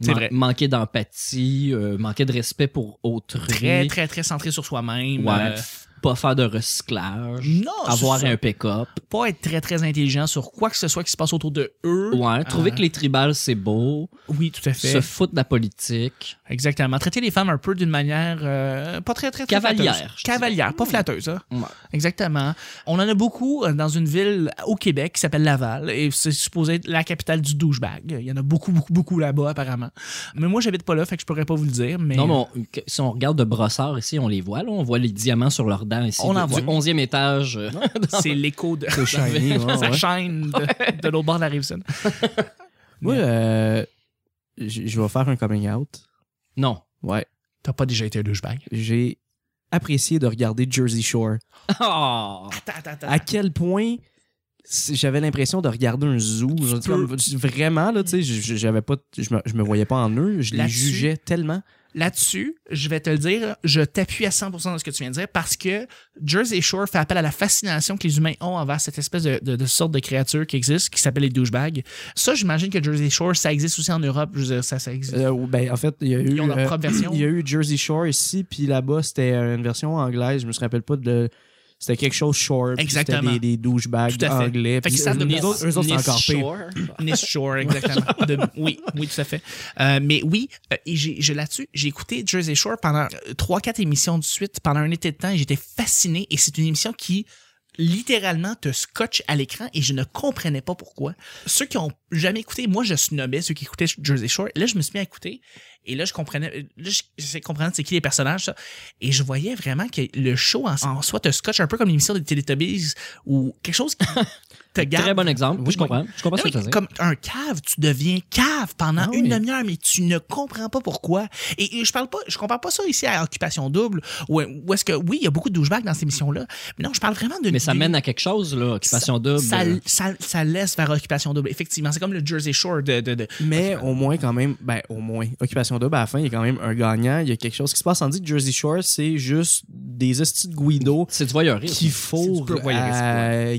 [SPEAKER 3] C'est
[SPEAKER 1] Man-
[SPEAKER 3] vrai.
[SPEAKER 1] Manquer d'empathie, euh, manquer de respect pour autrui.
[SPEAKER 3] Très, très, très centré sur soi-même.
[SPEAKER 1] Ouais.
[SPEAKER 3] Euh,
[SPEAKER 1] Pas faire de recyclage.
[SPEAKER 3] non,
[SPEAKER 1] avoir
[SPEAKER 3] c'est ça.
[SPEAKER 1] un pick-up.
[SPEAKER 3] pas être très, très intelligent sur quoi que ce soit qui se passe autour de eux.
[SPEAKER 1] Ouais. Trouver
[SPEAKER 3] Euh,
[SPEAKER 1] que les tribales, c'est beau.
[SPEAKER 3] Oui, tout à fait.
[SPEAKER 1] Se foutre de la politique.
[SPEAKER 3] Exactement. Traiter les femmes un peu d'une manière euh, pas très, très, très
[SPEAKER 1] Cavalière,
[SPEAKER 3] flatteuse.
[SPEAKER 1] je dirais.
[SPEAKER 3] Cavalière, pas flatteuse. hein.
[SPEAKER 1] Ouais.
[SPEAKER 3] Exactement. On en a beaucoup euh, dans une ville au Québec qui s'appelle Laval et c'est supposé être la capitale du douchebag. Il y en a beaucoup, beaucoup, beaucoup là-bas apparemment. Mais moi, j'habite pas là, fait que je pourrais pas vous le dire. Mais...
[SPEAKER 1] Non, mais on- que- si on regarde de brossard ici, on les voit. Là, on voit les diamants sur leurs dents ici.
[SPEAKER 3] On
[SPEAKER 1] du,
[SPEAKER 3] en voit.
[SPEAKER 1] du 11e étage. euh,
[SPEAKER 3] C'est l'écho de
[SPEAKER 2] C'est shiny, ouais,
[SPEAKER 3] ça
[SPEAKER 2] ouais.
[SPEAKER 3] chaîne de, de l'autre bord de la rive sud.
[SPEAKER 2] Moi, euh, je je vais faire un coming out.
[SPEAKER 1] Non.
[SPEAKER 2] Ouais.
[SPEAKER 3] T'as pas déjà été un douchebag?
[SPEAKER 2] J'ai apprécié de regarder Jersey Shore.
[SPEAKER 1] Oh.
[SPEAKER 3] Attends, attends, attends.
[SPEAKER 2] à quel point c'est- j'avais l'impression de regarder un zoo Genre,
[SPEAKER 3] peux-
[SPEAKER 2] comme, vraiment là tu sais je- je- j'avais pas je me, je me voyais pas en eux je les
[SPEAKER 3] Là-dessus-
[SPEAKER 2] jugeais tellement
[SPEAKER 3] Là-dessus, je vais te le dire, je t'appuie à 100% dans ce que tu viens de dire parce que Jersey Shore fait appel à la fascination que les humains ont envers cette espèce de, de- de sorte de créature qui existe, qui s'appelle les douchebags. Ça, j'imagine que Jersey Shore, ça existe aussi en Europe. Je veux dire, ça, ça existe.
[SPEAKER 2] Euh, ben en fait il y a eu
[SPEAKER 3] Ils ont leur
[SPEAKER 2] euh,
[SPEAKER 3] propre version.
[SPEAKER 2] il y a eu Jersey Shore ici puis là-bas c'était euh, une version anglaise je me rappelle pas de c'était quelque chose short puis c'était
[SPEAKER 3] Exactement.
[SPEAKER 2] des, des douchebags
[SPEAKER 3] Tout à fait.
[SPEAKER 2] anglais
[SPEAKER 3] Fait
[SPEAKER 2] puis
[SPEAKER 3] qu'ils savent de
[SPEAKER 2] eux
[SPEAKER 3] quoi
[SPEAKER 2] autres eux autres, c'est
[SPEAKER 1] Nice
[SPEAKER 2] encore pire
[SPEAKER 1] Shore.
[SPEAKER 3] Nice Shore, exactement. De- oui, oui, tout à fait. Euh, mais oui, euh, et j'ai, je- là-dessus, j'ai écouté Jersey Shore pendant euh, trois, quatre émissions de suite, pendant un été de temps, et j'étais fasciné. Et c'est une émission qui littéralement te scotche à l'écran et je ne comprenais pas pourquoi. Ceux qui ont jamais écouté, moi je snobais ceux qui écoutaient Jersey Shore. Là, je me suis mis à écouter et là je comprenais, euh, là je- j'essayais de comprendre c'est qui les personnages ça. Et je voyais vraiment que le show en, en soi te scotche un peu comme l'émission des Teletubbies ou quelque chose qui te garde
[SPEAKER 1] Très bon exemple. Oui, je comprends. Je comprends
[SPEAKER 3] non,
[SPEAKER 1] ce que tu
[SPEAKER 3] mais
[SPEAKER 1] veux dire.
[SPEAKER 3] Ben comme un cave, tu deviens cave pendant
[SPEAKER 2] Ah
[SPEAKER 3] une
[SPEAKER 2] oui.
[SPEAKER 3] demi-heure, mais tu ne comprends pas pourquoi. Et, et je parle pas, je compare pas ça ici à Occupation Double, où, où est-ce que, oui, il y a beaucoup de douchebags dans cette émission-là, mais non, je parle vraiment de...
[SPEAKER 1] Mais ça
[SPEAKER 3] d'une-
[SPEAKER 1] mène à quelque chose, là, occupation double. euh,
[SPEAKER 3] Ça, ça, ça laisse vers Occupation Double, effectivement. C'est comme le Jersey Shore de... de, de-
[SPEAKER 2] mais au moins quand même ben au moins occupation double à la fin il y a quand même un gagnant il y a quelque chose qui se passe on dit que Jersey Shore c'est juste des hosties de Guido
[SPEAKER 1] c'est du voyeurisme.
[SPEAKER 2] qui
[SPEAKER 3] C'est
[SPEAKER 2] faut
[SPEAKER 3] du pur voyeurisme,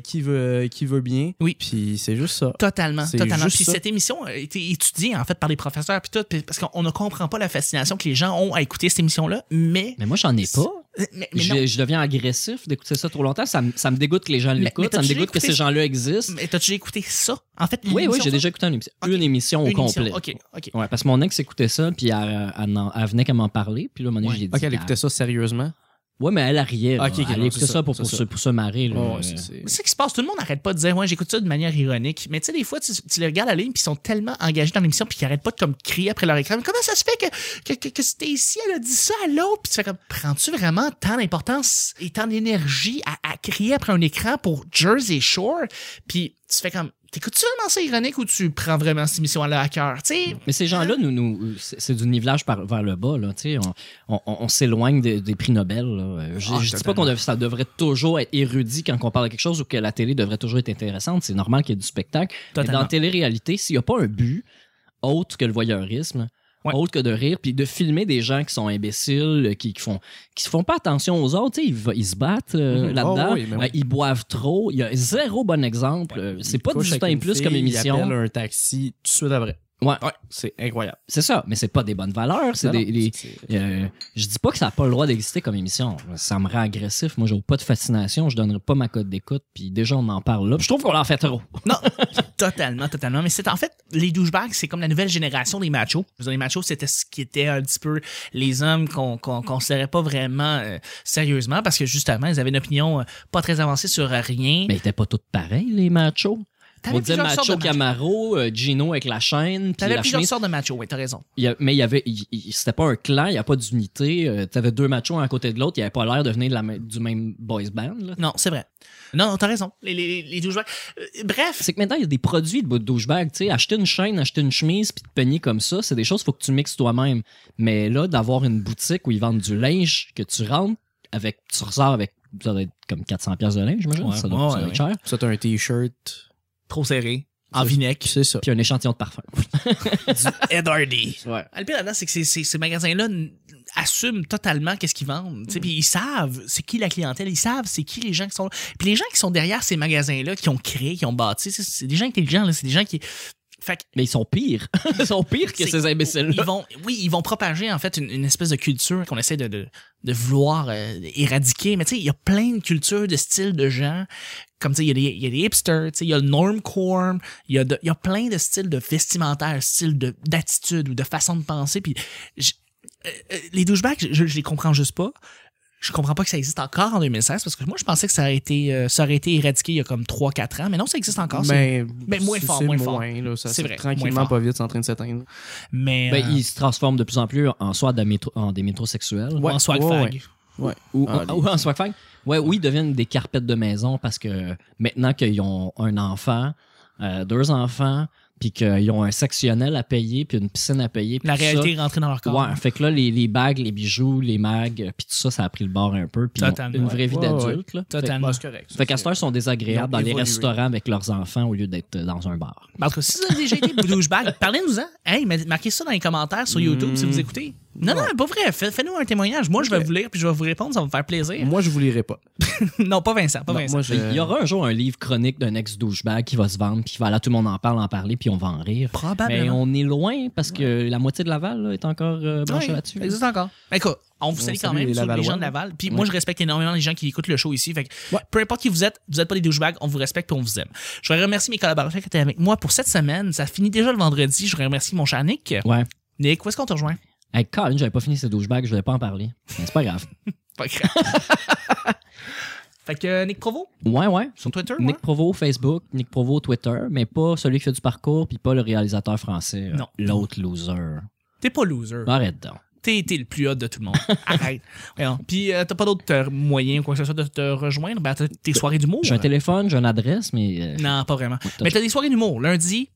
[SPEAKER 2] qui veut qui veut bien
[SPEAKER 3] Oui.
[SPEAKER 2] puis c'est juste ça
[SPEAKER 3] Totalement,
[SPEAKER 2] C'est
[SPEAKER 3] totalement.
[SPEAKER 2] juste
[SPEAKER 3] Puis
[SPEAKER 2] ça.
[SPEAKER 3] cette émission a été étudiée, en fait, par les professeurs, puis tout, puis- parce qu'on ne comprend pas la fascination que les gens ont à écouter cette émission-là, mais...
[SPEAKER 1] Mais moi, j'en ai pas.
[SPEAKER 3] mais- mais non.
[SPEAKER 1] Je, je deviens agressif d'écouter ça trop longtemps. Ça, me- ça me dégoûte que les gens
[SPEAKER 3] Mais- mais
[SPEAKER 1] l'écoutent.
[SPEAKER 3] t'as
[SPEAKER 1] Ça me
[SPEAKER 3] déjà
[SPEAKER 1] dégoûte que
[SPEAKER 3] écouté-
[SPEAKER 1] ces gens-là existent.
[SPEAKER 3] Mais t'as déjà écouté ça? En fait,
[SPEAKER 1] Oui, oui,
[SPEAKER 3] l'émission,
[SPEAKER 1] j'ai
[SPEAKER 3] ça?
[SPEAKER 1] déjà écouté une, émission-
[SPEAKER 3] Ok.
[SPEAKER 1] une émission au
[SPEAKER 3] Une émission.
[SPEAKER 1] complet.
[SPEAKER 3] OK, OK.
[SPEAKER 1] Ouais, parce que mon ex écoutait ça, puis elle, euh, elle en- elle venait qu'à m'en parler. Puis là, à un moment donné,
[SPEAKER 3] Ouais.
[SPEAKER 1] j'ai dit.
[SPEAKER 2] ok elle écoutait ça sérieusement
[SPEAKER 1] Ah, Ouais, mais elle, elle riait. là.
[SPEAKER 2] Ok, ok,
[SPEAKER 1] elle
[SPEAKER 2] non,
[SPEAKER 1] écoutait
[SPEAKER 2] c'est
[SPEAKER 1] ça
[SPEAKER 2] ça,
[SPEAKER 1] pour,
[SPEAKER 2] c'est
[SPEAKER 1] pour,
[SPEAKER 2] ça.
[SPEAKER 1] se, pour se marrer. là.
[SPEAKER 2] Ouais, ouais, c'est- c'est-
[SPEAKER 3] C'est ça qui se passe. Tout le monde n'arrête pas de dire, ouais, j'écoute ça de manière ironique. Mais tu sais, des fois, tu, tu les regardes aller, puis ils sont tellement engagés dans l'émission, puis qu'ils n'arrêtent pas de comme crier après leur écran. Mais comment ça se fait que, que, que, que c'était ici, elle a dit ça à l'autre, puis tu fais comme, prends-tu vraiment tant d'importance et tant d'énergie à, à crier après un écran pour Jersey Shore? Puis tu fais comme, T'écoutes seulement ça ironique ou tu prends vraiment cette émission-là à cœur? Tu sais,
[SPEAKER 1] Mais ces gens-là, nous, nous, c'est c'est du nivelage par- vers le bas. Là, tu sais. on on, on- on s'éloigne des, des prix Nobel. là. Euh, Je,
[SPEAKER 2] Ah,
[SPEAKER 1] je dis pas
[SPEAKER 2] totalement.
[SPEAKER 1] qu'on dev- ça devrait toujours être érudit quand on parle de quelque chose ou que la télé devrait toujours être intéressante. C'est normal qu'il y ait du spectacle. Mais
[SPEAKER 3] Totalement.
[SPEAKER 1] dans la télé-réalité, s'il n'y a pas un but autre que le voyeurisme,
[SPEAKER 3] Ouais.
[SPEAKER 1] autre que de rire, puis de filmer des gens qui sont imbéciles, qui, qui font qui font pas attention aux autres, tu sais, ils, va- ils se battent euh,
[SPEAKER 2] Mhm.
[SPEAKER 1] là-dedans,
[SPEAKER 2] Oh oui, mais oui.
[SPEAKER 1] Euh, ils boivent trop, il y a zéro bon exemple. Euh, C'est pas
[SPEAKER 2] Couche
[SPEAKER 1] du
[SPEAKER 2] avec
[SPEAKER 1] temps
[SPEAKER 2] une
[SPEAKER 1] plus
[SPEAKER 2] fille,
[SPEAKER 1] comme
[SPEAKER 2] Il
[SPEAKER 1] émission.
[SPEAKER 2] appelle un taxi tout de suite après.
[SPEAKER 1] Ouais,
[SPEAKER 2] Ouais, c'est incroyable.
[SPEAKER 1] c'est ça, mais c'est pas des bonnes valeurs, c'est
[SPEAKER 2] Non,
[SPEAKER 1] des,
[SPEAKER 2] non,
[SPEAKER 1] des-
[SPEAKER 2] c'est-
[SPEAKER 1] euh, je dis pas que ça n'a pas le droit d'exister comme émission. Ça me rend agressif. Moi, j'ai pas de fascination. Je donnerai pas ma cote d'écoute. Puis déjà, on en parle là. Puis je trouve qu'on en fait trop.
[SPEAKER 3] Totalement, totalement. Mais c'est en fait, les douchebags, c'est comme la nouvelle génération des machos. Je veux dire, les machos, c'était ce qui était un petit peu les hommes qu'on qu'on considérait pas vraiment euh, sérieusement parce que justement, ils avaient une opinion euh, pas très avancée sur euh, rien.
[SPEAKER 1] Mais ils étaient pas tous pareils, les machos.
[SPEAKER 3] T'avais
[SPEAKER 1] On disait
[SPEAKER 3] plusieurs sortes de
[SPEAKER 1] macho
[SPEAKER 3] machos.
[SPEAKER 1] Camaro, euh, Gino avec la chaîne. Puis
[SPEAKER 3] T'avais
[SPEAKER 1] la
[SPEAKER 3] plusieurs
[SPEAKER 1] chemise.
[SPEAKER 3] sortes de machos, oui, t'as raison.
[SPEAKER 1] Il y a- mais il y avait, il- il- c'était pas un clan, il n'y a pas d'unité. Euh, T'avais deux machos un à côté de l'autre. Il avait pas l'air de venir de la, même- du même boys band. là.
[SPEAKER 3] Non, c'est vrai. Non, non, t'as raison. Les, les, les douchebags. Euh, bref,
[SPEAKER 1] C'est que maintenant, il y a des produits de douchebag. Tu sais, acheter une chaîne, acheter une chemise, puis te peigner comme ça, c'est des choses faut que tu mixes toi-même. Mais là, d'avoir une boutique où ils vendent du linge que tu rentres, avec, tu ressors avec, ça doit être comme 400$ piastres de linge, j'imagine.
[SPEAKER 3] Ouais,
[SPEAKER 1] ça doit,
[SPEAKER 3] ouais,
[SPEAKER 1] ça doit
[SPEAKER 3] ouais.
[SPEAKER 1] être cher.
[SPEAKER 2] Ça, t'as un t-shirt.
[SPEAKER 3] trop serré. En
[SPEAKER 2] Ça,
[SPEAKER 3] vinec.
[SPEAKER 2] C'est ça.
[SPEAKER 1] Puis un échantillon de parfum.
[SPEAKER 3] Ed Hardy.
[SPEAKER 1] Ouais.
[SPEAKER 3] Ah, Le pire là-dedans, c'est que ces, ces- ces magasins-là n- assument totalement qu'est-ce qu'ils vendent. tu sais, Puis ils savent c'est qui la clientèle, ils savent c'est qui les gens qui sont là. Puis les gens qui sont derrière ces magasins-là, qui ont créé, qui ont bâti, c'est- c'est des gens intelligents, là, c'est des gens qui. Fait que
[SPEAKER 1] Mais ils sont pires. ils sont pires que
[SPEAKER 3] c'est-
[SPEAKER 1] ces
[SPEAKER 3] ils
[SPEAKER 1] imbéciles-là.
[SPEAKER 3] vont, oui, ils vont propager en fait une, une espèce de culture qu'on essaie de, de, de vouloir euh, éradiquer. Mais tu sais, il y a plein de cultures, de styles de gens. Comme tu sais, il y, a des- il y a des hipsters, tu sais, il y a le normcore, il y, a de- il y a plein de styles de vestimentaire, styles de- d'attitude ou de façon de penser. Puis j- euh, euh, les douchebags, je, je les comprends juste pas. Je comprends pas que ça existe encore en 2016 parce que moi je pensais que ça aurait été, euh, ça aurait été éradiqué il y a comme 3-4 ans, mais non, ça existe encore. c'est-
[SPEAKER 2] Mais,
[SPEAKER 3] Ben, moins
[SPEAKER 2] c'est-
[SPEAKER 3] fort,
[SPEAKER 2] c'est
[SPEAKER 3] moins fort.
[SPEAKER 2] là, ça,
[SPEAKER 3] C'est
[SPEAKER 2] c'est
[SPEAKER 3] vrai, moins
[SPEAKER 2] Tranquillement,
[SPEAKER 3] fort.
[SPEAKER 2] pas vite, c'est en train de s'éteindre.
[SPEAKER 3] mais
[SPEAKER 1] Ben,
[SPEAKER 3] euh,
[SPEAKER 1] ils se transforment de plus en plus en soit des métro- en des métrosexuels.
[SPEAKER 3] ou en swag
[SPEAKER 2] ouais,
[SPEAKER 3] fag.
[SPEAKER 2] ouais. Ouais.
[SPEAKER 1] Ou,
[SPEAKER 2] Ah,
[SPEAKER 1] ou en swag fag. Ouais, ou ils deviennent des carpettes de maison parce que maintenant qu'ils ont un enfant, euh, deux enfants, puis qu'ils ont un sectionnel à payer, puis une piscine à payer. puis
[SPEAKER 3] La
[SPEAKER 1] tout
[SPEAKER 3] réalité est rentrée dans leur
[SPEAKER 1] Ça.
[SPEAKER 3] corps.
[SPEAKER 1] Ouais, fait que là, les, les bagues, les bijoux, les mags, puis tout ça, ça a pris le bord un peu. Puis ils ont
[SPEAKER 3] Totalement,
[SPEAKER 1] une
[SPEAKER 3] ouais.
[SPEAKER 1] vraie vie
[SPEAKER 2] Ouais,
[SPEAKER 1] d'adulte. là. Fait-
[SPEAKER 3] Totalement.
[SPEAKER 2] Bah, c'est correct. ça,
[SPEAKER 1] Fait qu'à
[SPEAKER 2] c'est-
[SPEAKER 1] cette heure, ils sont désagréables
[SPEAKER 2] Ils ont
[SPEAKER 1] dans les
[SPEAKER 2] évolué.
[SPEAKER 1] restaurants avec leurs enfants au lieu d'être euh, dans un bar.
[SPEAKER 3] Parce que si vous avez déjà été douchebag, parlez-nous-en. Hey, ma- marquez ça dans les commentaires
[SPEAKER 2] Mm.
[SPEAKER 3] sur YouTube si vous écoutez. Non, non, pas vrai. Faites- Faites-nous un témoignage. Moi, je vais
[SPEAKER 2] Ok.
[SPEAKER 3] vous lire puis je vais vous répondre. Ça va me faire plaisir.
[SPEAKER 2] Moi, je vous lirai pas.
[SPEAKER 3] non, pas Vincent. Pas
[SPEAKER 2] Non,
[SPEAKER 3] Vincent.
[SPEAKER 2] moi, je-
[SPEAKER 1] Il y aura un jour un livre chronique d'un ex-douchebag qui va se vendre, puis qui va là, tout le monde en parle, en parler, puis on va en rire. Mais
[SPEAKER 3] Probablement.
[SPEAKER 1] on est loin parce que la moitié de Laval là, est encore euh, branchée
[SPEAKER 3] Ouais,
[SPEAKER 1] là-dessus.
[SPEAKER 3] existe encore. Ben, Écoute, on vous
[SPEAKER 2] On
[SPEAKER 3] salue quand
[SPEAKER 2] salue
[SPEAKER 3] même,
[SPEAKER 2] les
[SPEAKER 3] surtout les
[SPEAKER 2] Lavalois.
[SPEAKER 3] gens de Laval. Puis moi, je respecte énormément les gens qui écoutent le show ici. Fait que peu importe qui vous êtes, vous êtes pas des douchebags, on vous respecte et on vous aime. Je voudrais remercier mes collaborateurs qui étaient avec moi pour cette semaine. Ça finit déjà le vendredi. Je voudrais remercier mon cher Nick.
[SPEAKER 1] Ouais.
[SPEAKER 3] Nick, où est-ce qu'on te rejoint?
[SPEAKER 1] Hey, Colin, j'avais pas fini ces douchebags, je voulais pas en parler. Mais c'est pas grave.
[SPEAKER 3] Pas grave. fait que euh, Nick Provo,
[SPEAKER 1] Ouais, ouais.
[SPEAKER 3] sur Twitter. moi.
[SPEAKER 1] Nick Provo, Facebook, Nick Provo, Twitter, mais pas celui qui fait du parcours, puis pas le réalisateur français. euh,
[SPEAKER 3] Non.
[SPEAKER 1] L'autre loser.
[SPEAKER 3] T'es pas loser.
[SPEAKER 1] Arrête donc.
[SPEAKER 3] T'es t'es le plus hot de tout le monde. Arrête. Voyons. Puis euh, t'as pas d'autres euh, moyens ou quoi que ce soit de te rejoindre? Ben, t'as tes soirées d'humour.
[SPEAKER 1] J'ai un téléphone, j'ai une adresse, mais euh,
[SPEAKER 3] Non, pas vraiment.
[SPEAKER 1] t'as-
[SPEAKER 3] Mais t'as des soirées d'humour. Lundi,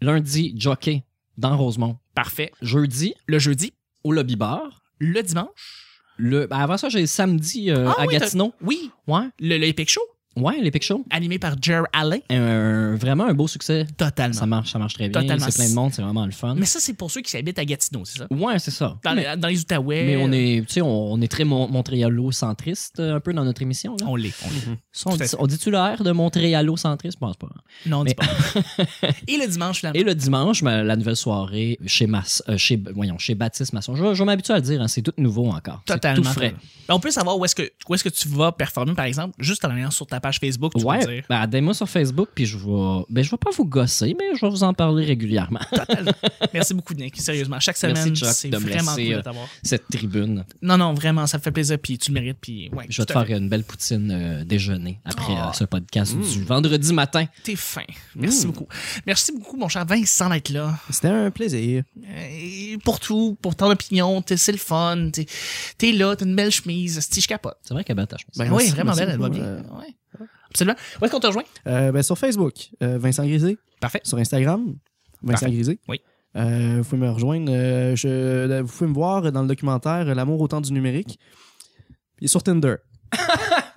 [SPEAKER 1] lundi, jockey dans Rosemont.
[SPEAKER 3] parfait.
[SPEAKER 1] Jeudi,
[SPEAKER 3] Le jeudi,
[SPEAKER 1] au lobby bar.
[SPEAKER 3] le dimanche.
[SPEAKER 1] Le, ben, avant ça, j'ai samedi euh,
[SPEAKER 3] Ah
[SPEAKER 1] à
[SPEAKER 3] oui, t'as-
[SPEAKER 1] Gatineau.
[SPEAKER 3] Oui,
[SPEAKER 1] Ouais,
[SPEAKER 3] le, le Epic Show,
[SPEAKER 1] ouais, l'Epic Show.
[SPEAKER 3] animé par Jer Allen.
[SPEAKER 1] Un- vraiment un beau succès.
[SPEAKER 3] Totalement.
[SPEAKER 1] Ça marche, ça marche très bien.
[SPEAKER 3] Totalement.
[SPEAKER 1] C'est plein de monde, c'est vraiment le fun.
[SPEAKER 3] Mais ça, c'est pour ceux qui habitent à Gatineau, c'est ça?
[SPEAKER 1] Ouais, c'est ça.
[SPEAKER 3] Dans,
[SPEAKER 1] mais,
[SPEAKER 3] les- dans les Outaouais.
[SPEAKER 1] mais on est, tu sais, on, on est très mon- montréalo-centriste euh, un peu dans notre émission. Là.
[SPEAKER 3] On l'est. on l'est.
[SPEAKER 1] Ça, On,
[SPEAKER 3] tout à
[SPEAKER 1] dit-
[SPEAKER 3] fait.
[SPEAKER 1] on dit-tu l'air de montréalo-centriste? Je pense pas.
[SPEAKER 3] Non, on dit
[SPEAKER 1] Mais-
[SPEAKER 3] pas. Et le dimanche, finalement.
[SPEAKER 1] Et le dimanche, ma- la nouvelle soirée chez, Mas- euh, chez, voyons, chez Baptiste Masson. Je, je m'habitue à le dire, hein, c'est tout nouveau encore. C'est
[SPEAKER 3] Totalement.
[SPEAKER 1] tout frais.
[SPEAKER 3] Ben, On peut savoir où est-ce que, où est-ce que tu vas performer, par exemple, juste en allant sur ta page Facebook, tu vas
[SPEAKER 1] Ouais,
[SPEAKER 3] dire.
[SPEAKER 1] ben, aidez-moi sur Facebook, puis je vais. Ben, je vais pas vous gosser, mais je vais vous en parler régulièrement.
[SPEAKER 3] Merci beaucoup, Nick. Sérieusement, chaque
[SPEAKER 1] Merci,
[SPEAKER 3] semaine,
[SPEAKER 1] Chuck,
[SPEAKER 3] c'est
[SPEAKER 1] de me
[SPEAKER 3] vraiment
[SPEAKER 1] laisser,
[SPEAKER 3] cool de
[SPEAKER 1] euh,
[SPEAKER 3] t'avoir.
[SPEAKER 1] Cette tribune.
[SPEAKER 3] Non, non, vraiment, ça me fait plaisir, puis tu le mérites, puis ouais.
[SPEAKER 1] Je vais te
[SPEAKER 3] tout à
[SPEAKER 1] faire une belle poutine euh, déjeuner après
[SPEAKER 3] Ah.
[SPEAKER 1] euh, ce podcast du vendredi matin.
[SPEAKER 3] fait. T'es fin. Merci
[SPEAKER 2] Mm.
[SPEAKER 3] beaucoup. Merci beaucoup, mon cher Vincent, d'être là.
[SPEAKER 2] C'était un plaisir.
[SPEAKER 3] Euh, pour tout, pour ton opinion, t'es- c'est le fun, t'es, t'es là, t'as une belle chemise, si je capote.
[SPEAKER 1] C'est vrai qu'elle bat ta chemise.
[SPEAKER 2] Ben,
[SPEAKER 3] oui,
[SPEAKER 2] merci,
[SPEAKER 3] vraiment
[SPEAKER 2] merci
[SPEAKER 3] belle, elle va
[SPEAKER 2] beaucoup,
[SPEAKER 3] bien.
[SPEAKER 2] euh,
[SPEAKER 3] Ouais. Absolument. Où est-ce qu'on te rejoint?
[SPEAKER 2] Euh, ben, sur Facebook, euh, Vincent Grisé.
[SPEAKER 3] Parfait.
[SPEAKER 2] Sur Instagram, Vincent
[SPEAKER 3] Parfait.
[SPEAKER 2] Grisé.
[SPEAKER 3] Oui.
[SPEAKER 2] Euh, vous pouvez me rejoindre. euh, je- vous pouvez me voir dans le documentaire L'amour au temps du numérique. Et sur Tinder.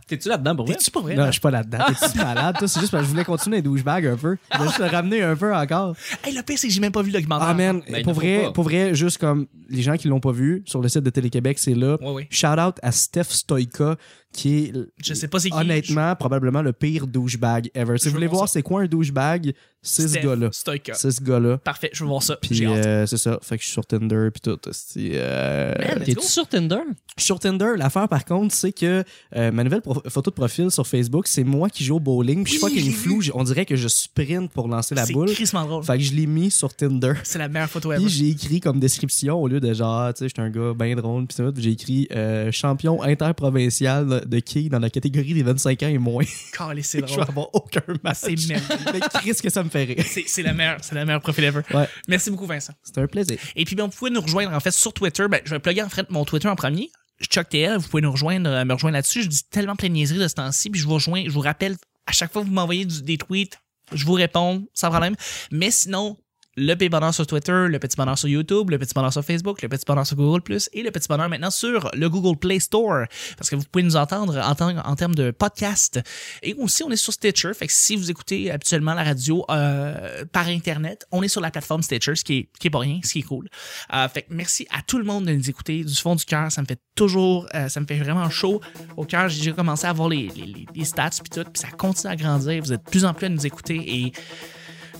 [SPEAKER 1] T'es-tu là-dedans pour vrai?
[SPEAKER 3] T'es-tu pas vrai?
[SPEAKER 2] non, je suis pas là-dedans. T'es-tu malade? toi? C'est juste parce que je voulais continuer les douchebags un peu. Je voulais juste le ramener un peu encore.
[SPEAKER 3] Hey, le pire, c'est que j'ai même pas vu le documentaire.
[SPEAKER 2] Ah, man.
[SPEAKER 1] Ben, il ne faut
[SPEAKER 2] pour, vrai,
[SPEAKER 1] pas.
[SPEAKER 2] pour vrai, juste comme les gens qui l'ont pas vu, sur le site de Télé-Québec, c'est là.
[SPEAKER 3] Ouais, ouais.
[SPEAKER 2] Shout out à Steph Stoika, qui est
[SPEAKER 3] Je sais pas c'est qui.
[SPEAKER 2] honnêtement probablement le pire douchebag ever. Si
[SPEAKER 3] Je
[SPEAKER 2] vous voulez
[SPEAKER 3] veux voir
[SPEAKER 2] voir c'est quoi un douchebag, c'est ce
[SPEAKER 3] Steph
[SPEAKER 2] gars-là.
[SPEAKER 3] Stoica.
[SPEAKER 2] C'est ce gars-là.
[SPEAKER 3] Parfait, je veux voir ça.
[SPEAKER 2] Puis
[SPEAKER 3] J'ai hâte.
[SPEAKER 2] euh, c'est ça. Fait que je suis sur Tinder puis tout. esti, euh,
[SPEAKER 3] Man, let's
[SPEAKER 1] T'es-tu
[SPEAKER 3] go.
[SPEAKER 1] sur Tinder?
[SPEAKER 2] Je suis sur Tinder, l'affaire par contre, c'est que euh, ma nouvelle pro- photo de profil sur Facebook, c'est moi qui joue au bowling. Puis je
[SPEAKER 3] Oui,
[SPEAKER 2] suis
[SPEAKER 3] j'ai
[SPEAKER 2] fucking
[SPEAKER 3] vu.
[SPEAKER 2] flou. j'ai- On dirait que je sprint pour lancer la
[SPEAKER 3] C'est
[SPEAKER 2] boule.
[SPEAKER 3] crissement drôle.
[SPEAKER 2] Fait que je l'ai mis sur Tinder.
[SPEAKER 3] C'est la meilleure photo ever.
[SPEAKER 2] Puis j'ai écrit comme description au lieu de genre, tu sais, j'étais un gars bien drôle, puis ça, puis j'ai écrit euh, champion interprovincial de qui dans la catégorie des 25 ans et moins.
[SPEAKER 3] Calé, c'est
[SPEAKER 2] je vais
[SPEAKER 3] drôle.
[SPEAKER 2] avoir aucun match.
[SPEAKER 3] C'est merveilleux.
[SPEAKER 2] Mais Chris, que ça me fait rire.
[SPEAKER 3] C'est c'est la meilleure, c'est la meilleure profil ever.
[SPEAKER 2] Ouais.
[SPEAKER 3] Merci beaucoup, Vincent.
[SPEAKER 2] C'était un plaisir.
[SPEAKER 3] Et puis, ben, vous pouvez nous rejoindre, en fait, sur Twitter. Ben, je vais plugger, en fait, mon Twitter en premier. Chuck TL, vous pouvez nous rejoindre, euh, me rejoindre là-dessus. Je dis tellement plein de niaiseries de ce temps-ci, puis je vous rejoins, je vous rappelle, à chaque fois que vous m'envoyez du- des tweets, je vous réponds, sans problème. Mais sinon, le petit bonheur sur Twitter, le petit bonheur sur YouTube, le petit bonheur sur Facebook, le petit bonheur sur Google Plus et le petit bonheur maintenant sur le Google Play Store parce que vous pouvez nous entendre en, tant- en termes de podcast et aussi on est sur Stitcher. Fait que si vous écoutez habituellement la radio euh, par internet, on est sur la plateforme Stitcher, ce qui est, qui est pas rien, ce qui est cool. Euh, fait que merci à tout le monde de nous écouter du fond du cœur. Ça me fait toujours, euh, ça me fait vraiment chaud au cœur. J'ai déjà commencé à voir les, les- les- les stats puis tout, puis ça continue à grandir. Vous êtes de plus en plus à nous écouter et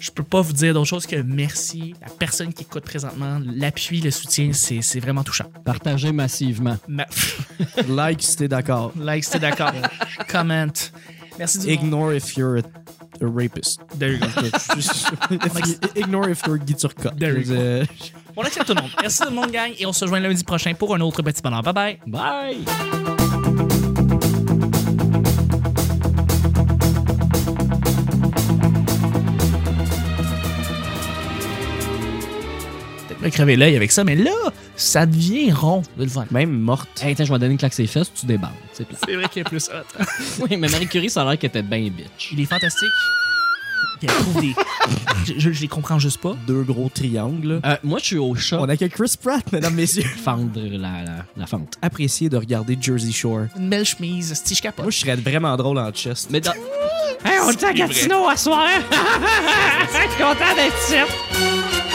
[SPEAKER 3] je peux pas vous dire d'autre chose que merci. La personne qui écoute présentement, l'appui, le soutien, c'est c'est vraiment touchant.
[SPEAKER 1] Partagez massivement.
[SPEAKER 3] Ma-
[SPEAKER 2] Like si t'es d'accord.
[SPEAKER 3] like, c'est d'accord. Comment. Merci du monde.
[SPEAKER 2] Ignore if you're a, a rapist.
[SPEAKER 3] There you go.
[SPEAKER 2] If you- Ignore if you're Guy Turcotte.
[SPEAKER 3] There you go.
[SPEAKER 2] Euh,
[SPEAKER 3] On accepte tout le monde. Merci tout le monde, gang, et on se rejoint lundi prochain pour un autre petit bonheur. Bye bye.
[SPEAKER 1] Bye!
[SPEAKER 3] Peut-être me crever l'œil avec ça, mais là, ça devient rond. de le fun.
[SPEAKER 2] Même morte.
[SPEAKER 1] Hey, tiens, je vais donner une claque ses fesses, tu débarques. C'est plat.
[SPEAKER 3] C'est vrai qu'il est plus hot.
[SPEAKER 1] oui, mais Marie Curie, ça a l'air qu'elle était bien bitch.
[SPEAKER 3] Il est fantastique. Il trouve des. je, je, je les comprends juste pas.
[SPEAKER 2] Deux gros triangles.
[SPEAKER 1] Euh, moi, je suis au chat.
[SPEAKER 2] On a que Chris Pratt, mesdames, messieurs.
[SPEAKER 1] Fendre la, la, la fente.
[SPEAKER 2] Apprécié de regarder Jersey Shore.
[SPEAKER 3] Une belle chemise, si je capote.
[SPEAKER 2] Moi, je serais vraiment drôle en chest.
[SPEAKER 1] Mais dans...
[SPEAKER 3] Hey, on est à Gatineau à soir. Je suis content d'être ici.